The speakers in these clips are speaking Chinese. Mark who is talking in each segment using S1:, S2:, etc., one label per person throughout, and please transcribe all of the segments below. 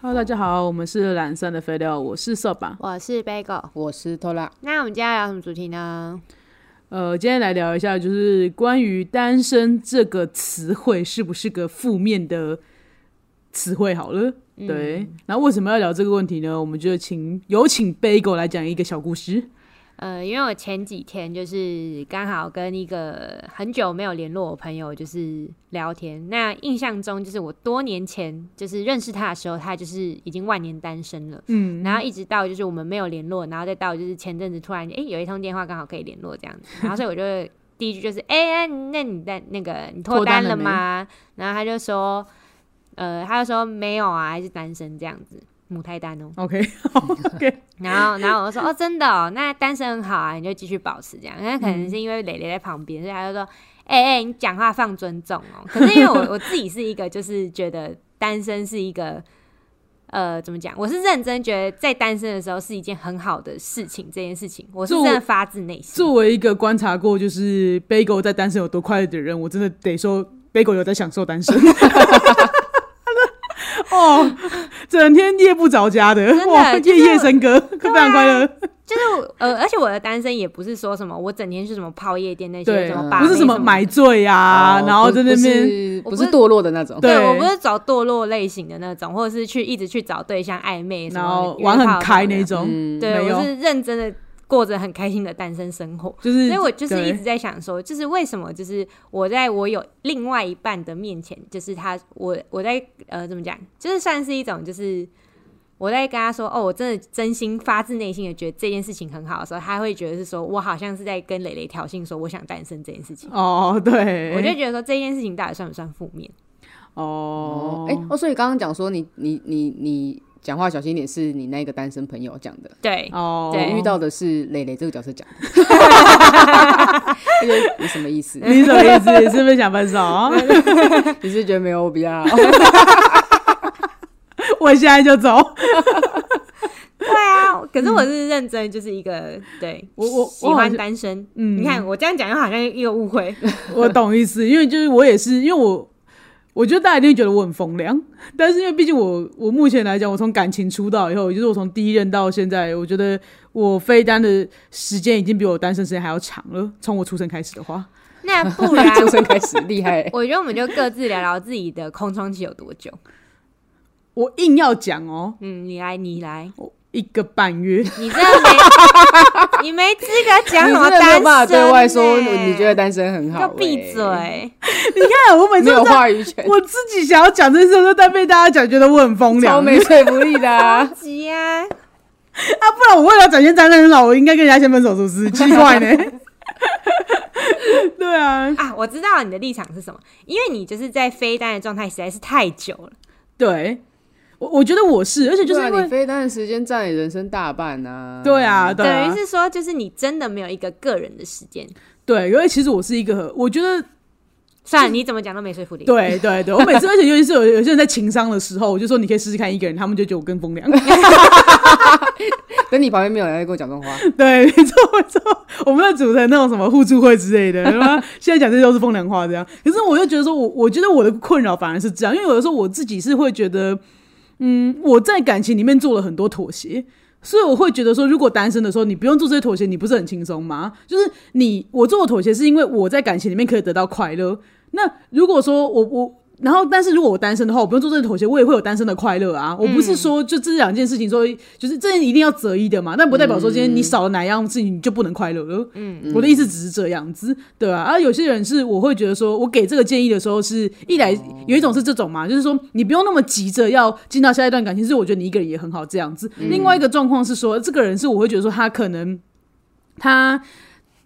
S1: Hello，大家好，我们是懒散的肥料，我是色吧。
S2: 我是 Bagel。
S3: 我是拖拉，
S2: 那我们今天要聊什么主题呢？
S1: 呃，今天来聊一下，就是关于“单身”这个词汇是不是个负面的词汇？好了，
S2: 嗯
S1: 对。那为什么要聊这个问题呢？我们就请有请 Bagel 来讲一个小故事。
S2: 呃，因为我前几天就是刚好跟一个很久没有联络的朋友就是聊天，那印象中就是我多年前就是认识他的时候，他就是已经万年单身了，
S1: 嗯，
S2: 然后一直到就是我们没有联络，然后再到就是前阵子突然诶有一通电话刚好可以联络这样子，然后所以我就第一句就是哎、那你单那个你脱
S1: 脱单
S2: 单
S1: 了
S2: 了
S1: 没
S2: 吗？然后他就说呃他就说没有啊，还是单身这样子，母胎单哦、
S1: OK OK，
S2: 然后，然后我就说哦，真的哦，那单身很好啊，你就继续保持这样。那可能
S1: 嗯
S2: 是因为蕾蕾在旁边，所以他就说，哎、哎、你讲话放尊重哦。可是因为我 我自己是一个，就是觉得单身是一个，呃，怎么讲？我是认真觉得在单身的时候是一件很好的事情，这件事情我是
S1: 作
S2: 真的发自内心。
S1: 作为一个观察过就是 Bagel 在单身有多快乐的人，我真的得说 Bagel 有在享受单身。 哦，整天夜不着家的，
S2: 的
S1: 哇，
S2: 就
S1: 夜
S2: 是啊
S1: 夜笙歌， 非常快乐。
S2: 就是呃，而且我的单身也不是说什么我整天去什么泡夜店那些
S1: 对
S2: 什么
S3: 嗯
S2: 吧，
S1: 不是什么买醉啊，
S3: 哦
S1: 然后
S3: 不
S1: 在那
S3: 不
S1: 边
S3: 是
S2: 我不
S3: 不是
S2: 是
S3: 堕落的那种，
S1: 对
S2: 对我不是找堕落类型的那种，或者是去一直去找对象暧昧，什
S1: 然
S2: 么
S1: 后
S2: 约
S1: 玩
S2: 炮
S1: 很开
S2: 什么
S1: 那
S2: 的
S1: 种，
S3: 嗯，
S1: 没
S2: 对，
S1: 有
S2: 我是认真的过着很开心的单身生活。
S1: 就是
S2: 所以我就是一
S1: 对
S2: 直在想说，就是为什么就是我在我有另外一半的面前，就是他我我在呃怎么讲，就是算是一种就是我在跟他说哦，我真的真心发自内心的觉得这件事情很好的时候，他会觉得是说我好像是在跟蕾蕾挑衅说我想单身这件事情，
S1: 哦，对，
S2: 我就觉得说这件事情到底算不算负面？
S1: 哦
S3: 哦，，哎、哦，所以刚刚讲说你你你你讲话小心一点，是你那个单身朋友讲的。
S2: 对，
S1: 哦，
S2: 对
S3: 我遇到的是蕾蕾这个角色讲的， 就是你什么意思？
S1: 你什么意思？是不是想分 手？哦
S3: 你是觉得没有我比较好？
S1: 啊我现在就走。
S2: 对啊，可是我是认真，就是一个对
S1: 我我
S2: 喜
S1: 我好
S2: 欢
S1: 像
S2: 单身。
S1: 嗯
S2: 你看我这样讲，又好像一个误会。
S1: 我懂意思，因为就是我也是，因为我我觉得大家一定觉得我很风凉，但是因为毕竟我我目前来讲，我从感情出道以后，也就是我从第一任到现在，我觉得我飞单的时间已经比我单身时间还要长了。从我出生开始的话，
S2: 那不然，
S3: 出生开始厉害、欸
S2: 我觉得我们就各自聊聊自己的空窗期有多久。
S1: 我硬要讲哦、
S2: 嗯，你来，你来，
S1: 我一个半 月，
S2: 你真的没， 你没资格讲
S3: 你
S2: 什么
S3: 真的没
S2: 单身、
S3: 有办法
S2: 欸。
S3: 对外说你觉得单身很好、
S2: 要闭嘴。。
S1: 看我每
S3: 欸，
S1: 次
S3: 没有
S1: 都在
S3: 话语权，
S1: 我自己想要讲这些，都在被大家讲，觉得我很风凉。
S3: 超没说服力的、啊
S2: 急啊！
S1: 啊，不然我为了展现单身很好，我应该跟人家先分手，是不是？ 奇怪
S3: 啊
S1: 呢。对啊，
S2: 啊，我知道你的立场是什么，因为你就是在飞单的状态实在是太久了。
S1: 对，我我觉得我是，而且就是
S3: 对啊
S1: 因为
S3: 你飞单的时间占你人生大半啊。
S1: 对啊，，对
S2: 等
S1: 啊
S2: 于，是说，就是你真的没有一个个人的时间。
S1: 对，因为其实我是一个，我觉得
S2: 算了，你怎么讲都没说服力。
S1: 对对对，我每次而且尤其是有有些人在情商的时候，我就说你可以试试看一个人，他们就觉得我更风凉。
S3: 等你旁边没有人再跟我讲这种话，
S1: 对，没错没错，我们在组成那种什么互助会之类的，然后现在讲这都是风凉话这样。可是我就觉得说我，我觉得我的困扰反而是这样，因为有的时候我自己是会觉得，嗯，我在感情里面做了很多妥协。所以我会觉得说，如果单身的时候，你不用做这些妥协，你不是很轻松吗？就是你我做的妥协，是因为我在感情里面可以得到快乐。那如果说我我，然后但是如果我单身的话，我不用做这些妥协，我也会有单身的快乐啊。我不是说就这两件事情说，就是这一定要择一的嘛，但不代表说今天你少了哪样事情你就不能快乐了。嗯，我的意思只是这样子，对啊。而、有些人是我会觉得说，我给这个建议的时候是一来有一种是这种嘛，就是说你不用那么急着要进到下一段感情，是我觉得你一个人也很好这样子。另外一个状况是说，这个人是我会觉得说他可能他。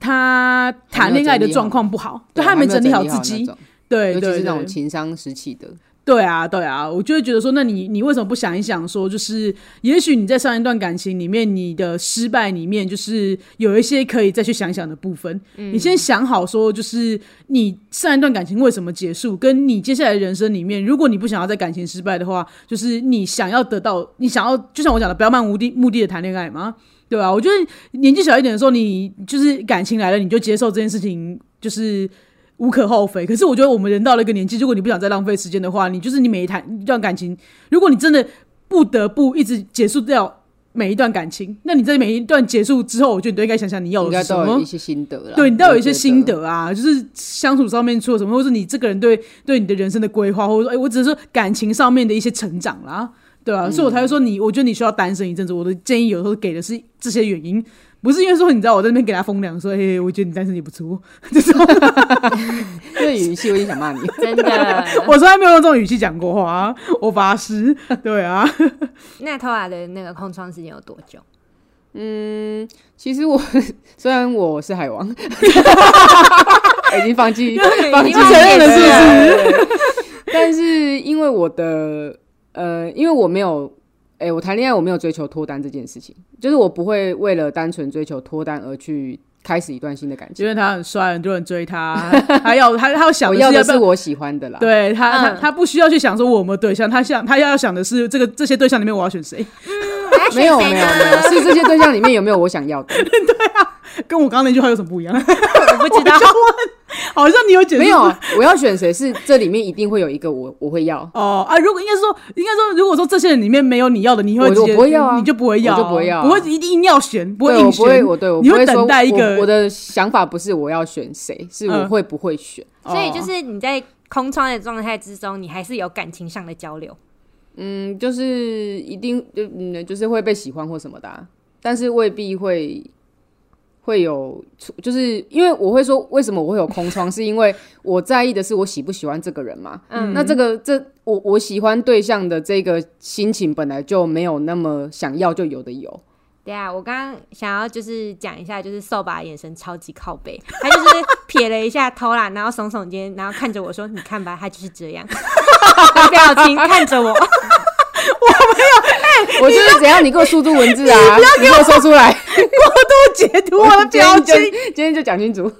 S1: 他谈恋爱的状况不好，
S3: 啊
S1: 对他还没整理好自己
S3: 那，种
S1: 对
S3: 尤其
S1: 对
S3: 是那种
S1: 对，
S3: 情商时期的，
S1: 对啊对啊，我就会觉得说，那你你为什么不想一想说，就是也许你在上一段感情里面，你的失败里面，就是有一些可以再去想想的部分。你先想好说，就是你上一段感情为什么结束，跟你接下来的人生里面，如果你不想要在感情失败的话，就是你想要得到，你想要，就像我讲的，不要漫无的目的的谈恋爱嘛。对吧、我觉得年纪小一点的时候，你就是感情来了，你就接受这件事情，就是无可厚非。可是我觉得我们人到了一个年纪，如果你不想再浪费时间的话，你就是你每一谈一段感情，如果你真的不得不一直结束掉每一段感情。那你在每一段结束之后，我觉得你都应该想想你要
S3: 应该
S1: 的是什
S3: 都有
S1: 么
S3: 一。些心得了。
S1: 对你都有一些心
S3: 啊我觉得。
S1: 得啊，就是相处上面出了什么，或者是你这个人对对你的人生的规划，或者说，哎、我只是说感情上面的一些成长啦，对
S3: 嗯
S1: 啊，所以我才会说你，我觉得你需要单身一阵子。我的建议有时候给的是这些原因，不是因为说你知道我在那边给他风凉，说，哎、我觉得你单身也不 错，这种
S3: 这个语气我也想骂你。
S2: 真 的。
S1: 我从来没有用这种语气讲过话、啊，我发誓。对 啊，
S2: 那 Tora 的那个空窗时间有多久？
S3: 其实我 虽然我是海 王，已经放弃放
S2: 已
S3: 弃
S2: 经忘
S1: 了
S2: 记
S1: 是不是
S3: 是不是？但是因为我的呃，因为我没有，哎、我谈恋爱我没有追求脱单这件事情，就是我不会为了单纯追求脱单而去开始一段新的感
S1: 因
S3: 情。
S1: 为他很帅，很多人追他，还要他他要想
S3: 我
S1: 的是
S3: 要的
S1: 要不
S3: 是
S1: 要。
S3: 我啊喜欢的啦。
S1: 对他，他
S2: 嗯
S1: 他不需要去想说我有没有对象，他想他要想的是这个这些对象里面我要选谁，
S2: 我要选
S3: 没有没
S2: 谁
S3: 有没
S2: 呢？
S3: 有，是这些对象里面有没有我想要的？
S1: 跟我刚刚那句话有什么不一样？
S2: 我不知道。
S1: 好像你有解释
S3: 没有，啊我要选谁是这里面一定会有一个我我会要，
S1: 哦啊，如果应该是说，应该说，如果说这些人里面没有你要的，你会
S3: 我
S1: 直接
S3: 我不会要啊
S1: 你就不会要啊，
S3: 我就不会要啊
S1: 不会一定要选，不会
S3: 对
S1: 硬
S3: 我不会，
S1: 选。
S3: 我对我
S1: 你
S3: 不
S1: 会
S3: 会
S1: 等
S3: 说
S1: 待一个
S3: 我。我的想法不是我要选谁，是我
S1: 嗯
S3: 会不会选。
S2: 所以就是你在空窗的状态之中，你还是有感情上的交流。
S3: 嗯，就是一定就嗯，就是会被喜欢或什么的啊、但是未必会会有出，就是因为我会说为什么我会有空窗，是 因为我在意的是我喜不喜欢这个人嘛。
S2: 嗯
S3: 那这个这我我喜欢对象的这个心情本来就没有那么想要就有的有，
S2: 对啊，我刚刚想要就是讲一下，就是扫把眼神超级靠背， 他就是瞥了一下偷懒，然后耸耸肩，然后看着我说：“你看吧，他就是这样。” 的表情看着我，
S3: 我就是只要你给我输出文字啊，你给我说出来，
S1: 不解读我的
S3: 今
S1: 表
S3: 天就
S1: 情，
S3: 今天就讲清楚。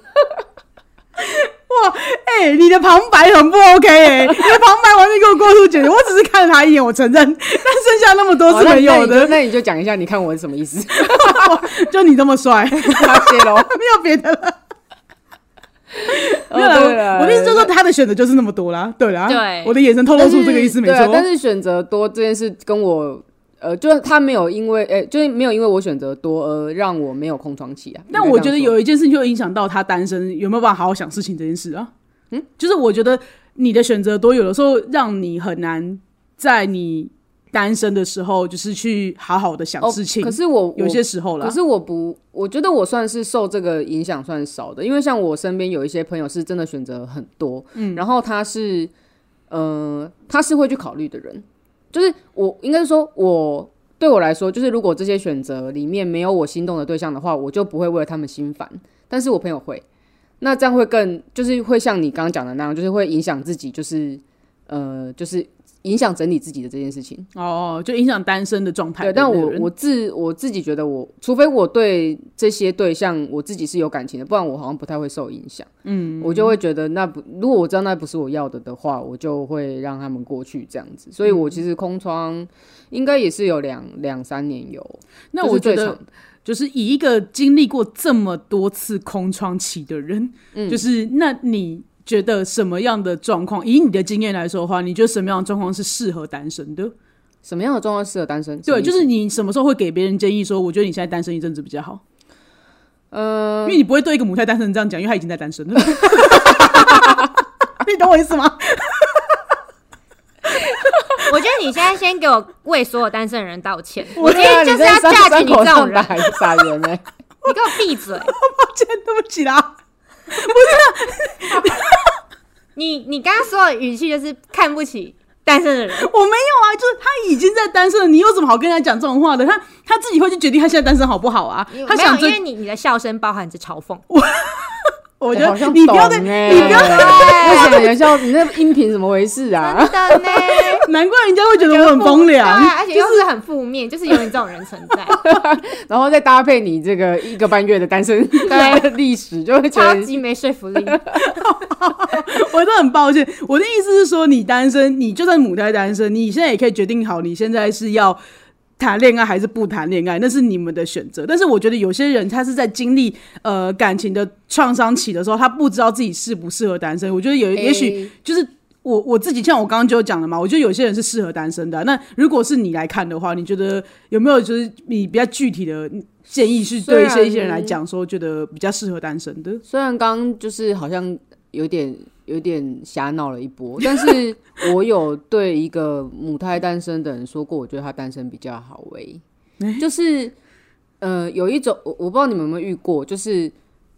S1: 哎、你的旁白很不 OK 哎、你的旁白完全给我过度解读，我只是看了他一眼，我承认， 但剩下那么多
S3: 好
S1: 是
S3: 那
S1: 没有
S3: 那你就
S1: 的，
S3: 那你就讲一下，你看我是什么意思？
S1: 就你这么帅， 没
S3: 谢喽。
S1: 有别的了。 没有
S3: 哦对
S1: 啦，
S3: 啦
S1: 我我的意思就是说，他的选择就是那么多啦，对啦，
S2: 对
S1: 我的眼神透露
S3: 但是
S1: 出这个意思没
S3: 对啊
S1: 错，
S3: 但是选择多这件事跟我，呃，就是他没有因为，呃、就是没有因为我选择多而让我没有空窗期啊。
S1: 但
S3: 应该
S1: 我
S3: 这
S1: 觉
S3: 样
S1: 得
S3: 说，
S1: 有一件事情就会影响到他单身有没有办法好好想事情这件事啊。嗯，就是我觉得你的选择多，有的时候让你很难在你单身的时候，就是去好好的想
S3: 哦
S1: 事情。
S3: 可是我
S1: 有
S3: 我
S1: 些时候啦，
S3: 可是我不，我觉得我算是受这个影响算少的，因为像我身边有一些朋友是真的选择很多，嗯，然后他是，呃，他是会去考虑的人，就是我应该是说我。对我来说，就是如果这些选择里面没有我心动的对象的话，我就不会为了他们心烦。但是我朋友会，那这样会更就是会像你刚刚讲的那样，就是会影响自己，就是呃，就是影响整理自己的这件事情。
S1: 哦，就影响单身的状态
S3: 对，
S1: 的
S3: 但
S1: 那个人。
S3: 我我自我自己觉得我，除非我对这些对象我自己是有感情的，不然我好像不太会受影响。嗯，我就会觉得那不，如果我知道那不是我要的的话，我就会让他们过去这样子。所以我
S1: 嗯
S3: 其实空窗应该也是有两两三年有。
S1: 那
S3: 这是
S1: 我觉
S3: 最
S1: 得
S3: 长的
S1: 就是以一个经历过这么多次空窗期的人，
S3: 嗯
S1: 就是那你觉得什么样的状况？以你的经验来说的话，你觉得什么样的状况是适合单身的？
S3: 什么样的状况适合单身？什么
S1: 对，
S3: 意思
S1: 就是你什么时候会给别人建议说，我觉得你现在单身一阵子比较好，
S3: 呃，
S1: 因为你不会对一个母胎单身这样讲，因为他已经在单身了。你懂我意思吗？
S2: 我觉得你现在先给我为所有单身的人道 歉，
S3: 我
S2: 今天就是要嫁给你这种人，
S3: 打打人哎、
S2: 你给我闭嘴！
S1: 抱歉，对不起啦。
S2: 你你刚刚说的语气就是看不起单身的人，
S1: 我没有啊，就是他已经在单身了，你有什么好跟他讲这种话的？他他自己会去决定他现在单身好不好啊
S2: 你？
S1: 他
S2: 没有
S1: 想，
S2: 因为
S1: 追，
S2: 你你的笑声包含着嘲讽。
S1: 我觉
S3: 欸好
S1: 得
S3: 像
S1: 你不要再，
S3: 懂欸
S1: 你不要再，
S3: 为什么人笑？你那音频怎么回 事啊？
S2: 真的呢，
S1: 难怪人家会觉得我很风
S2: 对啊，
S1: 凉。
S2: 而且又是很负面，就是有你这种人存 在，
S3: 然后再搭配你这个一个半月的单身的 历史，就会觉
S2: 超
S3: 得
S2: 级没说服力。
S1: 我都很抱歉。我的意思是说，你单身，你就算母胎单身，你现在也可以决定好，你现在是要谈恋爱还是不谈恋爱，那是你们的选择。但是我觉得有些人他是在经历呃
S3: 哎
S1: 感情的创伤期的时候，他不知道自己适不适合单身。我觉得有也许
S3: 诶
S1: 就是。我我自己像我刚刚就有讲了嘛，我觉得有些人是适合单身的啊、那如果是你来看的话，你觉得有没有就是你比较具体的建议，是对一些
S3: 虽然
S1: 一些人来讲说，觉得比较适合单身的？
S3: 虽然刚刚就是好像有点有点瞎闹了一波， 但是我有对一个母胎单身的人说过，我觉得他单身比较好喂、就是呃有一种我我不知道你们有没有遇过，就是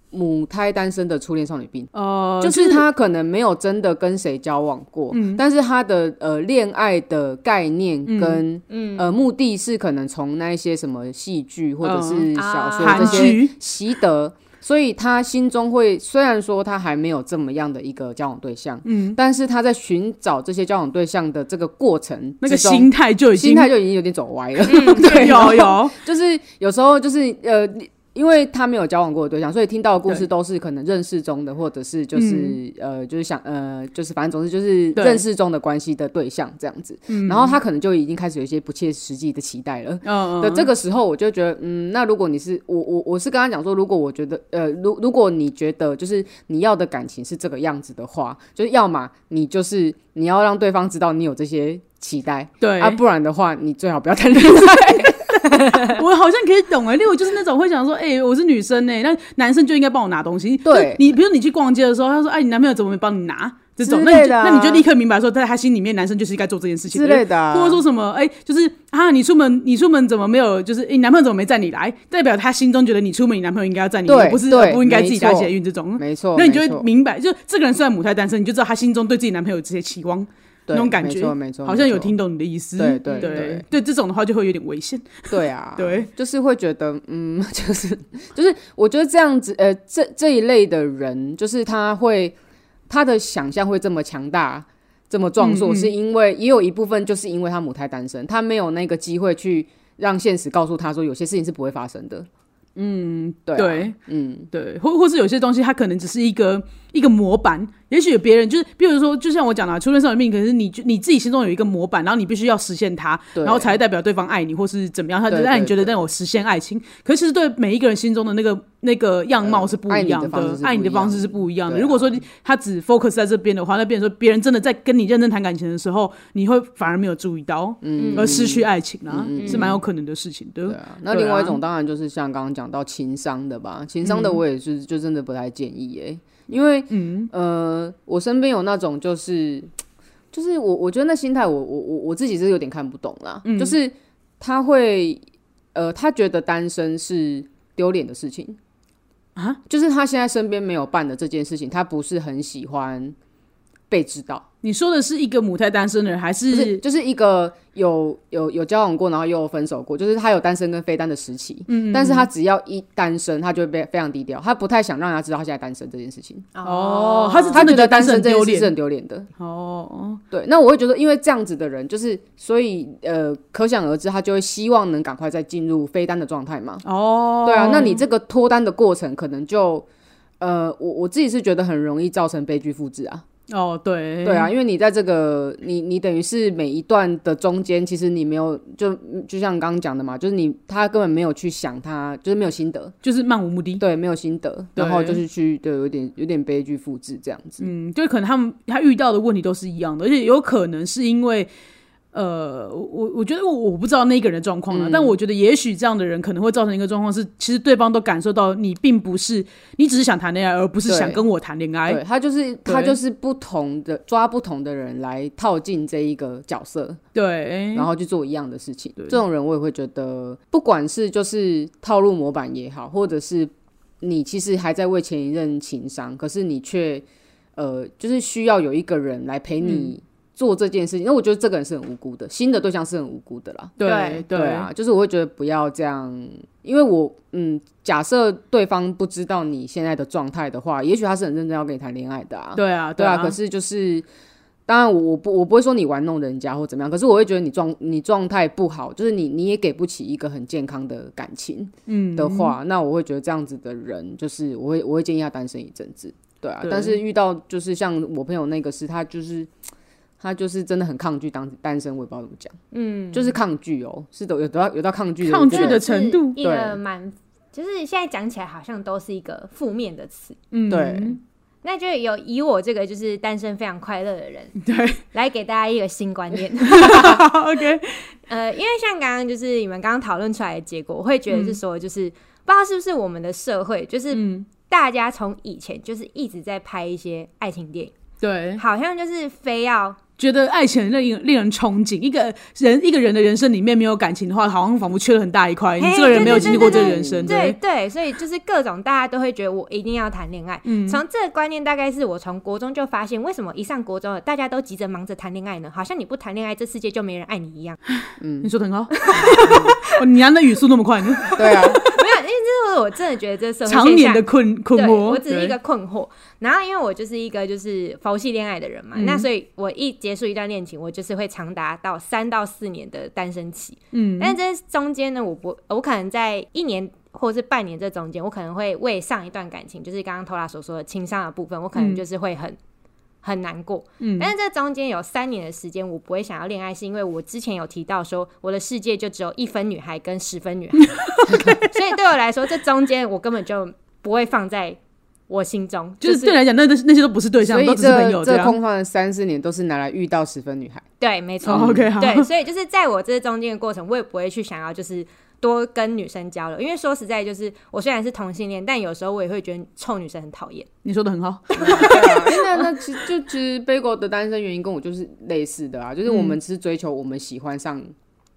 S3: 母胎单身的初恋少女病。
S1: 呃，
S3: 就是他可能没有真的跟谁交往过，但是他的呃恋爱的概念跟、呃目的是可能从那一些什么戏剧或者是小
S1: 啊
S3: 说
S1: 韩
S3: 这些
S1: 剧
S3: 习得，所以他心中会虽然说他还没有这么样的一个交往对象，嗯，但是他在寻找这些交往对象的这个过程
S1: 那个
S3: 之中
S1: 心态就已经
S3: 心态就已经有点走歪了，
S1: 对有
S3: 对，然后
S1: 有
S3: 就是有时候就是呃，你因为他没有交往过的对象，所以听到的故事都是可能认识中的，或者是就是、呃，就是想呃，就是反正总之就是
S1: 嗯对
S3: 认识中的关系的对象这样子。然后他可能就已经开始有一些不切实际的期待了。
S1: 嗯
S3: 的这个时候，我就觉得，嗯，那如果你是我，我我是跟他讲说，如果我觉得，呃，如如果你觉得就是你要的感情是这个样子的话，就是要么你就是你要让对方知道你有这些期待，
S1: 对
S3: 啊，不然的话，你最好不要谈 恋爱。
S1: 我好像可以懂哎、欸，例如就是那种会想说，哎、我是女生哎、那男生就应该帮我拿东西。
S3: 对
S1: 就你比如你去逛街的时候，他说，哎，你男朋友怎么没帮你拿？这种，
S3: 之
S1: 那你
S3: 类
S1: 就
S3: 的啊
S1: 那你就立刻明白说，在他心里面，男生就是应该做这件事情
S3: 之类的啊
S1: 或者说什么，哎、就是啊，你出门你出门怎么没有？就是、哎你男朋友怎么没载你来？代表他心中觉得你出门，你男朋友应该要载你，
S3: 对
S1: 而不是啊
S3: 对
S1: 而不应该自己搭
S3: 没错
S1: 捷运这种。
S3: 没错，
S1: 那你就
S3: 没
S1: 会
S3: 错
S1: 明白，就这个人虽然母胎单身，你就知道他心中对自己男朋友有这些期望，那
S3: 对
S1: 种感
S3: 没
S1: 觉
S3: 错没错，
S1: 好像
S3: 没
S1: 有
S3: 错
S1: 听，懂你的意思。
S3: 对对
S1: 对
S3: 对
S1: 对，这种的话就会有点危险。
S3: 对啊，
S1: 对，
S3: 就是会觉得，嗯， 就是就是，我觉得这样子，呃，这这一类的人，就是他会他的想象会这么强大。这么壮
S1: 嗯
S3: 硕，
S1: 嗯
S3: 是因为也有一部分就是因为他母胎单身，他没有那个机会去让现实告诉他说有些事情是不会发生的。嗯，对啊
S1: 对，
S3: 嗯，
S1: 对，或或是有些东西，它可能只是一个一个模板，也许别人就是，比如说，就像我讲的、啊，初恋少女命，可是你就你自己心中有一个模板，然后你必须要实现它，
S3: 对
S1: 然后才代表对方爱你，或是怎么样，他就
S3: 对
S1: 让你
S3: 对
S1: 觉得
S3: 对
S1: 那我实现爱情。可是其实对每一个人心中的那个那个样貌是不
S3: 爱
S1: 一
S3: 你的
S1: 样
S3: 方式是
S1: 爱
S3: 不
S1: 你的
S3: 一
S1: 方
S3: 样
S1: 式是不一样的。
S3: 对啊
S1: 如果说你他只 focus 在这边的话，那变成说别人真的在跟你认真谈感情的时候，你会反而没有注意到，
S2: 嗯
S1: 而失去爱情啊，
S3: 嗯嗯
S1: 是蛮有可能的事情的。
S3: 对啊，那
S1: 对
S3: 另外一
S1: 啊
S3: 种当然就是像刚刚讲到情商的吧，情商的我也是就真的不太建议耶、因为嗯呃，我身边有那种就是就是我我觉得那心态我我我我自己是有点看不懂啦，就是他会呃他觉得单身是丢脸的事情
S1: 啊，
S3: 就是他现在身边没有伴的这件事情，他不是很喜欢被知道。
S1: 你说的是一个母胎单身的人，还
S3: 不
S1: 是
S3: 是就是一个有有有交往过，然后又分手过，就是他有单身跟非单的时期，嗯但是他只要一单身，他就会被非常低调，他不太想让人家知道他现在单身这件事情，
S1: 哦他是
S3: 他
S1: 真的觉
S3: 觉
S1: 得
S3: 得
S1: 单
S3: 单
S1: 身
S3: 身这
S1: 丢
S3: 件事
S1: 脸
S3: 是很丢脸的。
S1: 哦，
S3: 对，那我会觉得，因为这样子的人，就是所以呃，可想而知，他就会希望能赶快再进入非单的状态嘛。
S1: 哦，
S3: 对啊，那你这个脱单的过程，可能就呃，我我自己是觉得很容易造成悲剧复制啊。
S1: 哦，对，
S3: 对啊，因为你在这个你你等于是每一段的中间，其实你没有就就像刚刚讲的嘛，就是你他根本没有去想他，就是没有心得，
S1: 就是漫无目的。
S3: 对，没有心得，
S1: 对
S3: 然后就是去对有点有点悲剧复制这样子，
S1: 嗯，就可能他们他遇到的问题都是一样的，而且有可能是因为，呃，我我我觉得我我不知道那个人的状况啊，但我觉得也许这样的人可能会造成一个状况是，其实对方都感受到你并不是你只是想谈恋爱，而不是
S3: 对
S1: 想跟我谈恋爱。
S3: 对他就是他
S1: 哎对
S3: 就是不同的抓不同的人来套进这一个角色，
S1: 对，
S3: 然后去做一样的事情。
S1: 对
S3: 这种人我也会觉得，不管是就是套路模板也好，或者是你其实还在为前一任情伤，可是你却呃，就是需要有一个人来陪你做这件事情。那我觉得这个人是很无辜的，新的对象是很无辜的啦。
S1: 对
S3: 对啊，，就是我会觉得不要这样，因为我嗯，假设对方不知道你现在的状态的话，也许他是很认真要跟你谈恋爱的啊。
S1: 对啊，
S3: 对
S1: 啊，
S3: 啊，可是就是，当然我我不我不会说你玩弄人家或怎么样，可是我会觉得你状你状态不好，就是你你也给不起一个很健康的感情，嗯的话，那我会觉得这样子的人，就是我会我会建议他单身一阵子，对啊，
S1: 对
S3: 但是遇到就是像我朋友那个是，他就是。他就是真的很抗拒当单身，我也不知道怎么讲，嗯，就是抗拒哦，是的，有到有到抗拒的
S1: 抗
S3: 这
S1: 拒
S3: 个
S1: 的程度
S2: 哦一个蛮，就是现在讲起来好像都是一个负面的词，
S1: 嗯，
S3: 对，
S2: 那就有以我这个就是单身非常快乐的人，
S1: 对
S2: 来给大家一个新观念。
S1: ，OK，
S2: 呃，因为像刚刚就是你们刚刚讨论出来的结果，我会觉得是说，就是、不知道是不是我们的社会，就是
S1: 嗯，
S2: 大家从以前就是一直在拍一些爱情电影，
S1: 对，
S2: 好像就是非要
S1: 觉得爱情令人令人憧憬，一个人一个人的人生里面没有感情的话，好像仿佛缺了很大一块。你
S2: 嘿
S1: 这个人
S2: 对
S1: 没有
S2: 对
S1: 经历
S2: 对
S1: 过这
S2: 对
S1: 个
S2: 对
S1: 人生，
S2: 对，对，所以就是各种大家都会觉得我一定要谈恋爱。
S1: 嗯，
S2: 从这个观念，大概是我从国中就发现，为什么一上国中了，大家都急着忙着谈恋爱呢？好像你不谈恋爱，这世界就没人爱你一样。
S1: 你说的很好。哦你娘的语速那么快，你
S3: 对
S2: 没有，
S3: 啊，
S2: 因为这 是我真的觉得这社会
S1: 常
S2: 现
S1: 年
S2: 象
S1: 的困困
S2: 对，
S1: 惑。
S2: 我只是
S1: 对
S2: 一个困惑。然后因为我就是一个就是佛系恋爱的人嘛，
S1: 嗯
S2: 那所以我一结束一段恋情，我就是会长达到三到四年的单身期。
S1: 嗯，
S2: 但是这中间呢，我不，我可能在一年。或者是半年这中间，我可能会为上一段感情，就是刚刚偷拉所说的情商的部分，我可能
S1: 嗯
S2: 就是会很、很难过。
S1: 嗯
S2: 但是这中间有三年的时间，我不会想要恋爱，是因为我之前有提到说，我的世界就只有一分女孩跟十分女孩， 所以对我来说，这中间我根本就不会放在我心中，
S1: 就
S2: 就是
S1: 对你来讲，那那那些都不是对啊象
S3: 所，以
S1: 都只是朋
S3: 这
S1: 友这
S3: 这
S1: 样。
S3: 空泛的三四年都是拿来遇到十分女孩，
S2: 对，没错，
S1: 哦 OK，好，
S2: 嗯 对，所以就是在我这中间的过程，我也不会去想要就是多跟女生交流，因为说实在，就是我虽然是同性恋，但有时候我也会觉得臭女生很讨厌。
S1: 你说的很好。
S3: 对啊因为那那其实就其实 Bagel 的单身原因跟我就是类似的啊，就是我
S2: 嗯
S3: 们是追求我们喜欢上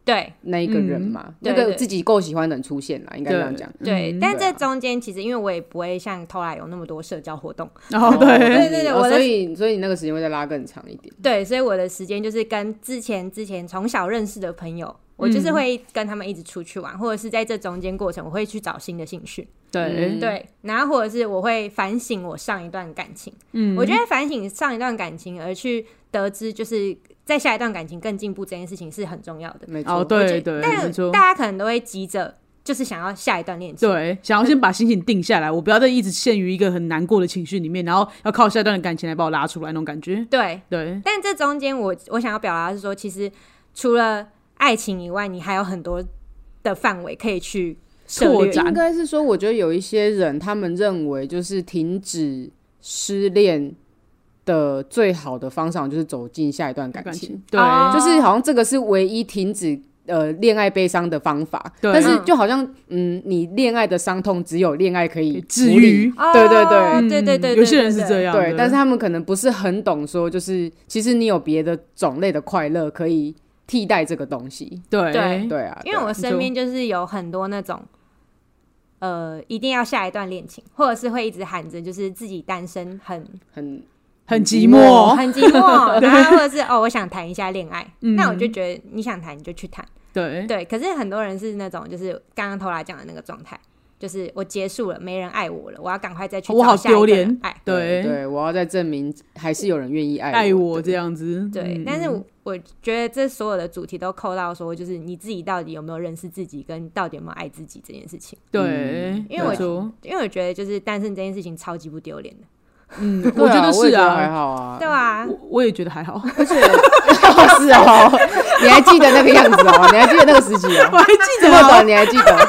S2: 对
S3: 那一个人嘛，
S2: 对
S3: 那
S2: 嗯
S3: 个
S2: 对
S3: 自己够喜欢的人出现啦，应该这样讲。
S2: 对，
S1: 嗯
S2: 但
S3: 对
S2: 这
S3: 啊
S2: 中间其实因为我也不会像偷来有那么多社交活动，
S1: 然后对，
S2: 对对对
S3: 哦
S2: 我的
S3: 所以所以你那个时间会再拉更长一点。
S2: 对，所以我的时间就是跟之前之前从小认识的朋友，
S1: 嗯
S2: 我就是会跟他们一直出去玩，或者是在这中间过程，我会去找新的兴趣。
S1: 对，
S2: 对，然后或者是我会反省我上一段感情，
S1: 嗯，
S2: 我觉得反省上一段感情，而去得知就是在下一段感情更进步这件事情是很重要的。
S3: 没错，
S1: 哦，
S2: 我觉
S1: 对
S2: 得
S1: 对，没
S2: 但
S1: 错。
S2: 大家可能都会急着就是想要下一段恋情。
S1: 对，想要先把心情定下来，我不要再一直陷于一个很难过的情绪里面，然后要靠下一段的感情来把我拉出来那种感觉。
S2: 对，
S1: 对，
S2: 但这中间我我想要表达的是说，其实除了爱情以外，你还有很多的范围可以去涉
S1: 拓
S2: 猎。
S1: 展
S3: 应该是说，我觉得有一些人他们认为就是停止失恋的最好的方向就是走进下一段感
S1: 感
S3: 情，
S1: 情，对，
S2: 哦
S3: 就是好像这个是唯一停止。呃，恋爱悲伤的方法，
S1: 对
S3: 但是
S2: 嗯
S3: 就好像，嗯，你恋爱的伤痛只有恋爱可以
S1: 治
S3: 处理
S1: 愈。
S2: 哦
S3: 对对对
S2: 对对对对，
S1: 嗯有些人是
S2: 对
S1: 这。样的，
S3: 对，但是他们可能不是很懂说，就是其实你有别的种类的快乐可以替代这个东西。
S1: 对
S2: 对
S3: 对啊，
S2: 因为我身边就是有很多那种，呃，一定要下一段恋情，或者是会一直喊着就是自己单身很
S3: 很
S1: 很寂
S3: 寂
S1: 寞，
S2: 很寂 寞，然后或者是哦我想谈一下恋爱，
S1: 嗯
S2: 那我就觉得你想谈你就去谈，
S1: 对
S2: 对。可是很多人是那种就是刚刚头来讲的那个状态，就是我结束了，没人爱我了，我要赶快再去
S1: 哦我好
S2: 找下一个
S1: 丢脸
S2: 人爱，
S1: 对
S3: 对，我要再证明还是有人愿意爱
S1: 爱我
S3: 我
S1: 这样子，
S2: 对。
S1: 嗯
S2: 但是我我觉得这所有的主题都扣到说，就是你自己到底有没有认识自己，跟到底有没有爱自己这件事情。
S1: 对，
S2: 因为我
S1: 没错
S2: 因为我觉得就是单身这件事情超级不丢脸的，
S1: 嗯，
S3: 对
S1: 我觉
S3: 啊
S1: 得
S3: 我也
S1: 是
S3: 觉得还
S1: 啊，
S3: 好啊
S2: 对，吧？
S1: 我我也觉得还好，
S3: 而且是哦，你还记得那个样子哦，你还记得那个时 期
S1: 我
S3: 哦，
S1: 还记
S3: 这
S1: 得
S3: 么
S1: 啊
S3: 短你还记 得，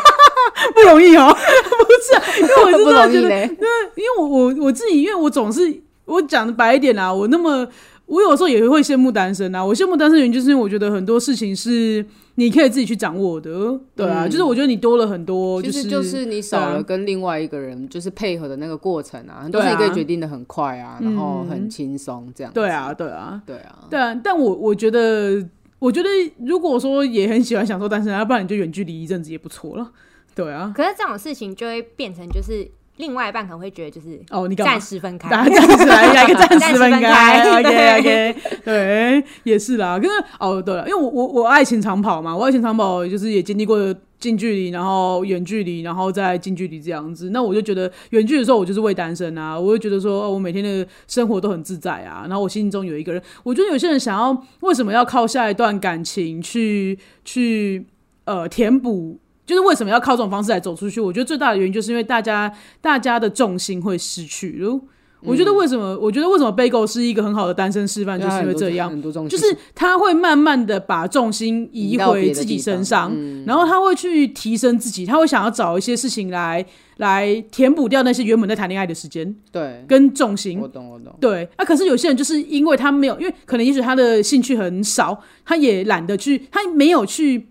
S1: 不容易哦， 不是，因为我是
S3: 不
S1: 真的
S3: 容易
S1: 觉得
S3: 嘞。
S1: 因为我我我自己，因为我总是我讲的白一点啦、啊我那么我有时候也会羡慕单身啊。我羡慕单身的原因就是因为我觉得很多事情是你可以自己去掌握的，对啊，
S3: 嗯
S1: 就是我觉得你多了很多，
S3: 其
S1: 是
S3: 实就是你少
S1: 对
S3: 了
S1: 啊
S3: 跟另外一个人就是配合的那个过程啊，很多
S1: 对
S3: 事
S1: 啊
S3: 情可以决定的很快啊，然后
S1: 嗯
S3: 很轻松这样。
S1: 对啊，，对啊，
S3: 对啊，
S1: 对啊。但我我觉得，我觉得如果说也很喜欢享受单身啊，要不然你就远距离一阵子也不错了，对啊。
S2: 可是这种事情就会变成就是另外一半可能会觉得就是
S1: 哦，你干嘛
S2: 暂？时分开，
S1: 大家暂时来 来个暂时分开
S2: 暂时分开
S1: ，OK OK，对，也是啦。可是哦，对了，因为我我我爱情长跑嘛，我爱情长跑就是也经历过近距离，然后远距离，然后再近距离这样子。那我就觉得远距离的时候，我就是为单身啊，我就觉得说、哦我每天的生活都很自在啊。然后我心中有一个人，我觉得有些人想要为什么要靠下一段感情去去呃填补？就是为什么要靠这种方式来走出去？我觉得最大的原因就是因为大家大家的重心会失去了。我觉得为什么？我觉得为什么 Bagel 是一个很好的单身示范，就是因为这样，
S3: 啊很多种，嗯
S1: 就是他会慢慢的把重心移
S3: 移到别
S1: 回
S3: 的
S1: 自己
S3: 地方
S1: 身上，
S3: 嗯
S1: 然后他会去提升自己，他会想要找一些事情来来填补掉那些原本在谈恋爱的时间
S3: 对，
S1: 跟重心。
S3: 我懂我懂，
S1: 对，那、可是有些人就是因为他没有，因为可能也许他的兴趣很少，他也懒得去，他没有去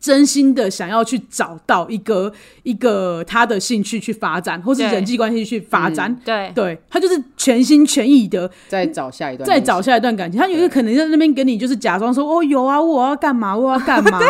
S1: 真心的想要去找到一个一个他的兴趣去发展，或是
S2: 对
S1: 人际关系去发展。
S2: 对
S1: 对他就是全心全意的
S3: 再找下一段，
S1: 在找下一段感情，他有一个可能在那边跟你就是假装说哦有啊，我要干嘛，我要干嘛， 对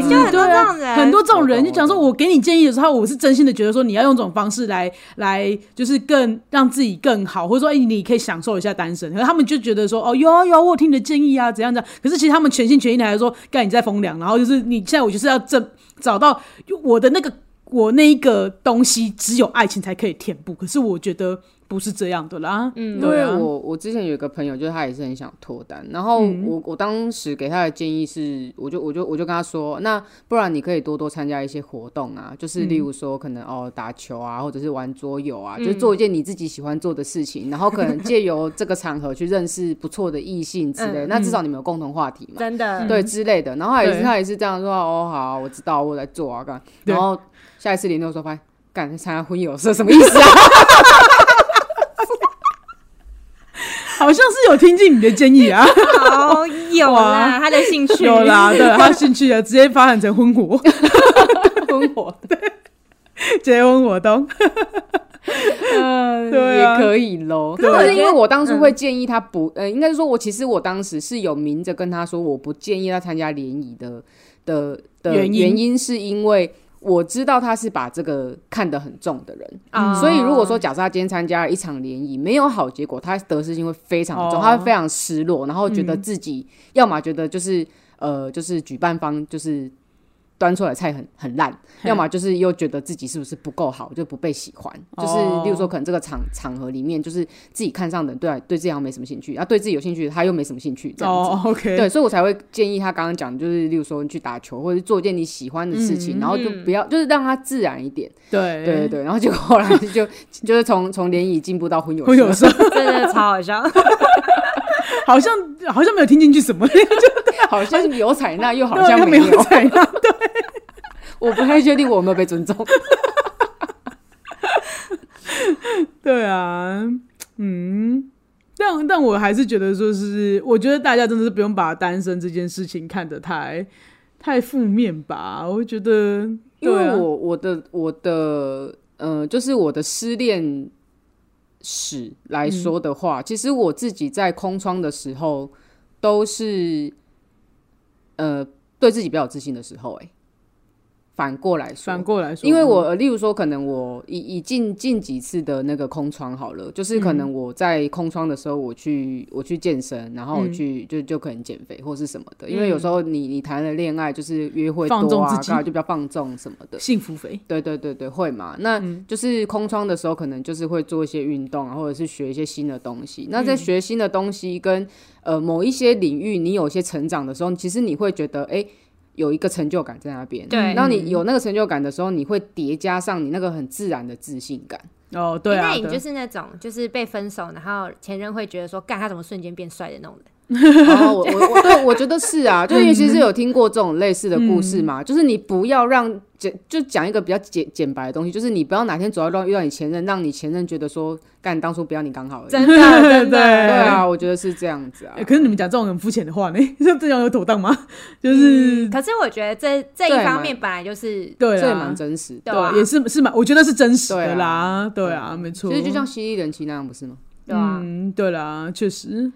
S2: 对，就很多
S1: 对
S2: 这
S1: 啊
S2: 种人，
S1: 很多这种人
S3: 我懂
S1: 就讲说，
S3: 我懂
S1: 我给你建议的时候，我是真心的觉得说，你要用这种方式来来，就是更让自己更好，或者说，哎、你可以享受一下单身。可是他们就觉得说，哦，有啊有啊，我有听你的建议啊，怎样怎样。可是其实他们全心全意的来说，干你在风凉，然后就是你现在我就是要证找到我的那个我那一个东西，只有爱情才可以填补。可是我觉得不是这样的啦，
S2: 嗯
S3: 因
S1: 对
S3: 为
S1: 啊
S3: 我我之前有一个朋友，就是他也是很想脱单，然后我、
S2: 嗯
S3: 我当时给他的建议是，我就我就我就跟他说，那不然你可以多多参加一些活动啊，就是
S2: 嗯
S3: 例如说可能、哦打球啊，或者是玩桌游啊，就是
S2: 嗯
S3: 做一件你自己喜欢做的事情，然后可能借由这个场合去认识不错的异性之类，
S2: 嗯
S3: 那至少你们有共同话题嘛。
S2: 真的，
S1: 嗯
S3: 对之类的，然后他也是
S1: 对
S3: 他也是这样说哦，好啊，我知道我有在做啊，干。
S1: 对
S3: 然后下一次联络的时候发现，干参加婚友社什么意思啊？
S1: 好像是有听进你的建议啊，
S2: 好有啦，他的兴趣
S1: 有啦，对，他兴趣啊，直接发展成婚 活，婚活，对，结婚活动。
S3: 嗯，
S1: 对啊嗯
S3: 也可以喽。
S2: 是
S3: 可
S2: 我
S3: 是因
S2: 觉
S3: 为
S2: 得
S3: 我当初会建议他不，呃，应该是说我其实我当时是有明着跟他说，我不建议他参加联谊的的的
S1: 原因
S3: 原因是因为。我知道他是把这个看得很重的人，
S1: 啊
S2: 哦
S3: 所以如果说假设他今天参加了一场联谊没有好结果，他得失心会非常重，
S1: 哦嗯
S3: 他会非常失落，然后觉得自己、要么觉得就是呃就是举办方就是端出来的菜很很烂，
S1: 嘿
S3: 要么就是又觉得自己是不是不够好，就不被喜欢，就是
S1: 哦
S3: 例如说可能这个场场合里面，就是自己看上的人对他对自己好像没什么兴趣，然、啊后对自己有兴趣他又没什么兴趣这样子。
S1: 哦，OK，
S3: 对，所以我才会建议他刚刚讲的，就是例如说你去打球，或者是做一件你喜欢的事
S1: 嗯
S3: 情，然后就不要，就是让他自然一点。
S1: 对
S3: 对对对，然后结果后来就就是从从联谊进步到婚友
S1: 会有
S3: 社，
S1: 时候
S2: 真的超好笑，
S1: 好像好像没有听进去什么，
S3: 好像有采纳， 又 好
S1: 对啊
S3: 像
S1: 没
S3: 没有。
S1: 采纳。
S3: 我不太确定我有没有被尊重。
S1: 对啊，嗯，但但我还是觉得说是，我觉得大家真的是不用把单身这件事情看得太太负面吧，我觉得，
S3: 因
S1: 对
S3: 为
S1: 啊
S3: 我我的我的呃，就是我的失恋史
S1: 嗯
S3: 来说的话，其实我自己在空窗的时候都是呃对自己比较有自信的时候、欸，哎，反过来说，
S1: 反过来说，嗯
S3: 因为我呃例如说，可能我以以近近几次的那个空窗好了，就是可
S1: 嗯
S3: 能我在空窗的时候，我去我去健身，然后我
S1: 嗯
S3: 去、就就可能减肥或是什么的，因为有时候你你谈了恋爱，就是约会多
S1: 放纵
S3: 啊，
S1: 自己
S3: 干嘛就比较放纵什么的。
S1: 幸福肥，
S3: 对对对对，会嘛？那就是空窗的时候，可能就是会做一些运动啊，或者是学一些新的东西。那在学新的东西跟呃某一些领域，你有一些成长的时候，其实你会觉得，哎、有一个成就感在那边。
S2: 对
S3: 当你有那个成就感的时候，你会叠加上你那个很自然的自信感。
S1: 哦， 对啊，
S2: 那你
S1: 对
S2: 就是那种就是被分手，然后前任会觉得说，干他怎么瞬间变帅的那种 人，
S3: 然后哦我我我对我觉得是啊，就因为其实有听过这种类似的故事嘛，就是你不要让简就讲一个比较简简白的东西，就是你不要哪天走到路上遇到你前任，让你前任觉得说，干当初不要你刚好而已。
S2: 真的真的，
S1: 对
S3: 对啊，我觉得是这样子啊
S1: 欸。可是你们讲这种很肤浅的话呢， 这这样有妥当吗？就是、
S2: 可是我觉得这这一
S3: 对
S2: 方
S3: 蛮
S2: 面本来就是
S1: 对
S3: 嗯
S1: 啊
S3: 这也
S1: 啦
S3: 蛮，真实的。
S2: 对啊
S1: 对，也是是蛮，我觉得是真实
S3: 对
S1: 的
S3: 啊
S1: 啦，对啊，没错，
S3: 其实就像《犀利人妻》那样，不是吗？
S2: 对啊，
S1: 嗯，对啦，确实，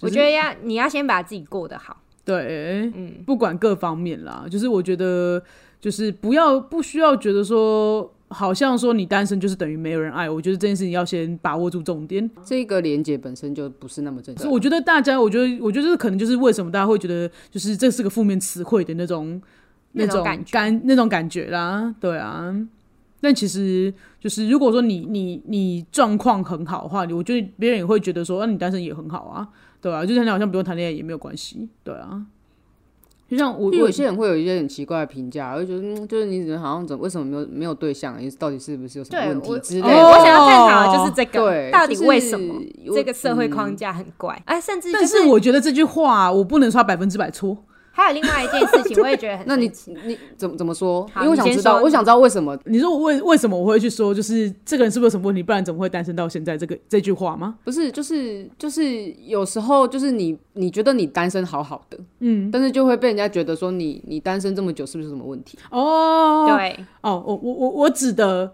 S2: 我觉得要你要先把自己过得好，
S1: 对，
S2: 嗯，
S1: 不管各方面啦，就是我觉得，就是不要不需要觉得说，好像说你单身就是等于没有人爱，我觉得这件事情要先把握住重点。
S3: 这个连接本身就不是那么正
S1: 所以
S3: 常。
S1: 我觉得大家，我觉得，我觉得这可能就是为什么大家会觉得，就是这是个负面词汇的那种
S2: 那种
S1: 种
S2: 感觉
S1: 感那种感觉啦，对啊。但其实就是，如果说你你你状况很好的话，你我觉得别人也会觉得说，那、你单身也很好啊，对啊，就是你好像不用谈恋爱也没有关系，对啊。就像我
S3: 就
S1: 我
S3: 有些人会有一些很奇怪的评价，会觉得、嗯、就是你好像怎么为什么没有没有对象，你到底是不是有什么
S2: 对
S3: 问
S2: 我哦
S3: 题之类
S1: 哦
S2: 对
S3: 的？
S2: 我想要探讨的就是这个，
S3: 对，
S2: 到底
S3: 就是
S2: 为什么
S3: 我
S2: 这个社会框架很怪？哎，甚至就
S1: 但是我觉得这句话我不能说它百分之百错，
S2: 还有另外一件事情，我也觉得很
S3: 那你
S2: 神奇
S3: 你怎么怎么说？
S2: 好
S3: 因为我
S2: 你
S3: 想
S2: 先
S3: 知道，
S2: 说
S3: 我想知道为什么
S1: 你说我为为什么我会去说，就是这个人是不是有什么问题，不然怎么会单身到现在？这个这句话吗？
S3: 不是就是就是有时候就是你你觉得你单身好好的，嗯，但是就会被人家觉得说你你单身这么久是不是有什么问题？
S1: 哦，
S2: 对
S1: 哦，我我我我指的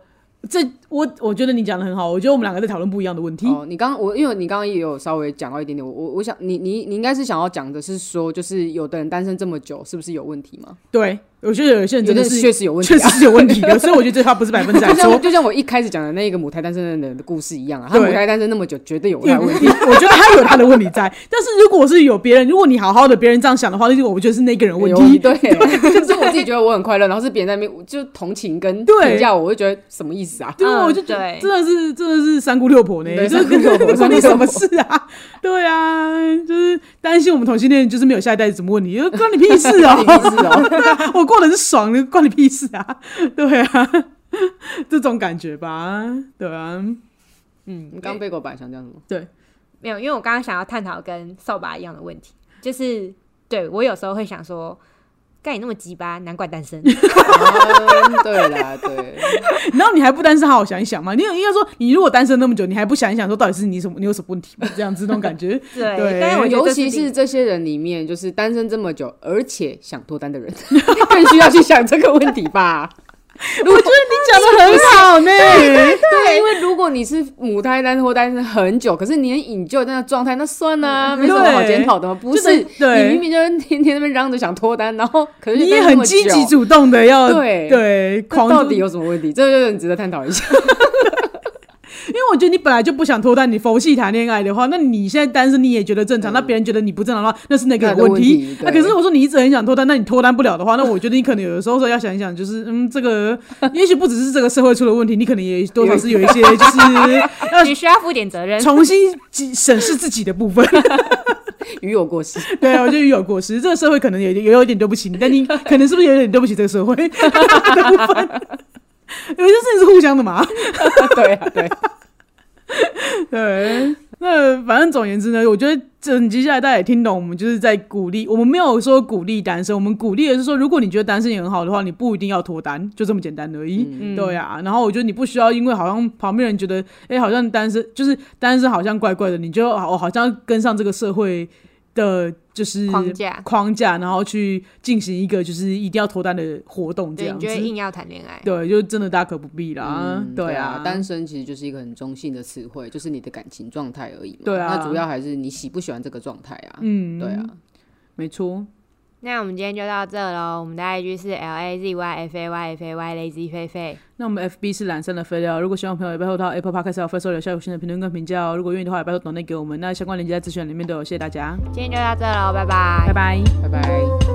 S1: 这，我我觉得你讲的很好，我觉得我们两个在讨论不一样的问题。
S3: 哦，你刚我因为你刚刚也有稍微讲到一点点，我我我想你你你应该是想要讲的是说，就是有的人单身这么久是不是有问题吗？
S1: 对，我觉得有些人真
S3: 有的
S1: 的
S3: 人
S1: 是
S3: 确实有问题、
S1: 确
S3: 啊，
S1: 实是有问题的，所以我觉得这句话不是百分之百
S3: 就
S1: 错
S3: 像。就像我一开始讲的那个母胎单身的人的故事一样啊，他
S1: 对
S3: 母胎单身那么久，绝对有
S1: 有
S3: 他的问题。
S1: 我觉得他有他的问题在，但是如果是有别人，如果你好好的，别人这样想的话，那就我觉得是那个人的问
S3: 有
S1: 题。
S3: 对，就是我自己觉得我很快乐，然后是别人在那边就同情跟
S1: 对
S3: 评价我，我就觉得什么意 思啊？
S1: 对，
S2: 嗯
S1: 我就觉得
S2: 对
S1: 真的是真的是三姑六婆呢，
S3: 对
S1: 就是
S3: 三姑六 婆
S1: 关你什
S3: 三姑
S1: 么
S3: 六婆
S1: 事啊？对啊，就是担心我们同性恋就是没有下一代是什么问题，就关你屁事 哦、
S3: 关你屁事哦
S1: 对啊 我过得很爽，关你屁事啊？ 对啊，这种感觉吧，对啊，
S3: 你嗯刚被狗板想讲什么？
S2: 没有，因为我刚刚想要探讨跟扫把一样的问题，就是对我有时候会想说，干你那么鸡巴，难怪单 身。
S3: 啊对啦，对，
S1: 然后你还不单身，好好想一想嘛。你有应该说，你如果单身那么久，你还不想一想，说到底是你什么，你有什么问题吗？这样子那种感觉，
S2: 对，
S1: 对
S2: 但是我觉得
S3: 尤
S2: 这
S3: 其
S2: 另
S3: 是这些人里面，就是单身这么久，而且想脱单 的人，更需要去想这个问题吧。
S1: 我觉得你讲的很好呢。
S3: 对，因为如果你是母胎单身或单身很久，可是你很引咎那个状态，那算啦、没什么好检讨的嘛。不是，
S1: 真的嗯对
S3: 你明明就是天天那边嚷着想脱单，然后可是
S1: 你
S3: 单
S1: 也
S3: 身那
S1: 很
S3: 么
S1: 积极
S3: 久，
S1: 主动的要
S3: 对
S1: 对，
S3: 那
S1: 狂
S3: 到底有什么问题？这就是很值得探讨一下。
S1: 因为我觉得你本来就不想脱单，你佛系谈恋爱的话，那你现在单身你也觉得正常，那别人觉得你不正常的话，那是嗯那个人
S3: 那个
S1: 问
S3: 问
S1: 题
S3: 题。
S1: 那、可
S3: 对
S1: 是我说你一直很想脱单，那你脱单不了的话，那我觉得你可能有的时候说要想一想，就是嗯，这 个也许不只是这个社会出了问题，你可能也多少是有一些就是。
S2: 一你需要负点责任
S1: 重新审视自己的部分。
S3: 鱼有过失，
S1: 对，啊我觉得有果实，这个社会可能也也有一点对不起你，但你可能是不是有点对不起这个社会 的部分？有些事情是互相的嘛。
S3: 对啊，对，
S1: 对，那反正总而言之呢，我觉得整集下来大家也听懂，我们就是在鼓励，我们没有说鼓励单身，我们鼓励的是说，如果你觉得单身也很好的话，你不一定要脱单，就这么简单而已。
S2: 嗯
S1: 对啊，然后我觉得你不需要因为好像旁边人觉得，哎、好像单身就是单身好像怪怪的，你就好好像跟上这个社会的，就是
S2: 框架
S1: 框架，然后去进行一个就是一定要脱单的活动这
S2: 对，
S1: 样
S2: 你
S1: 子
S2: 就。会硬要谈恋爱。
S1: 对，就真的大可不必啦。
S3: 嗯
S1: 对
S3: 啊
S1: 啊，，
S3: 单身其实就是一个很中性的词汇，就是你的感情状态而已嘛。
S1: 对啊
S3: 那主要还是你喜不喜欢这个状态啊？
S1: 嗯，
S3: 对啊，，
S1: 没错。
S2: 那我们今天就到这喽。我们的 IG 是 L A Z Y F A Y F A Y Lazy 菲菲。
S1: 那我们 FB 是懒散的废料，如果喜欢我们朋友，也拜托到 Apple Podcast 还有 First Story 留下五星的评论跟评价哦。如果愿意的话，也拜托抖内给我们。那相关链接在资讯栏里面都有，谢谢大家，
S2: 今天就到这喽，拜
S1: 拜拜。
S3: 拜拜。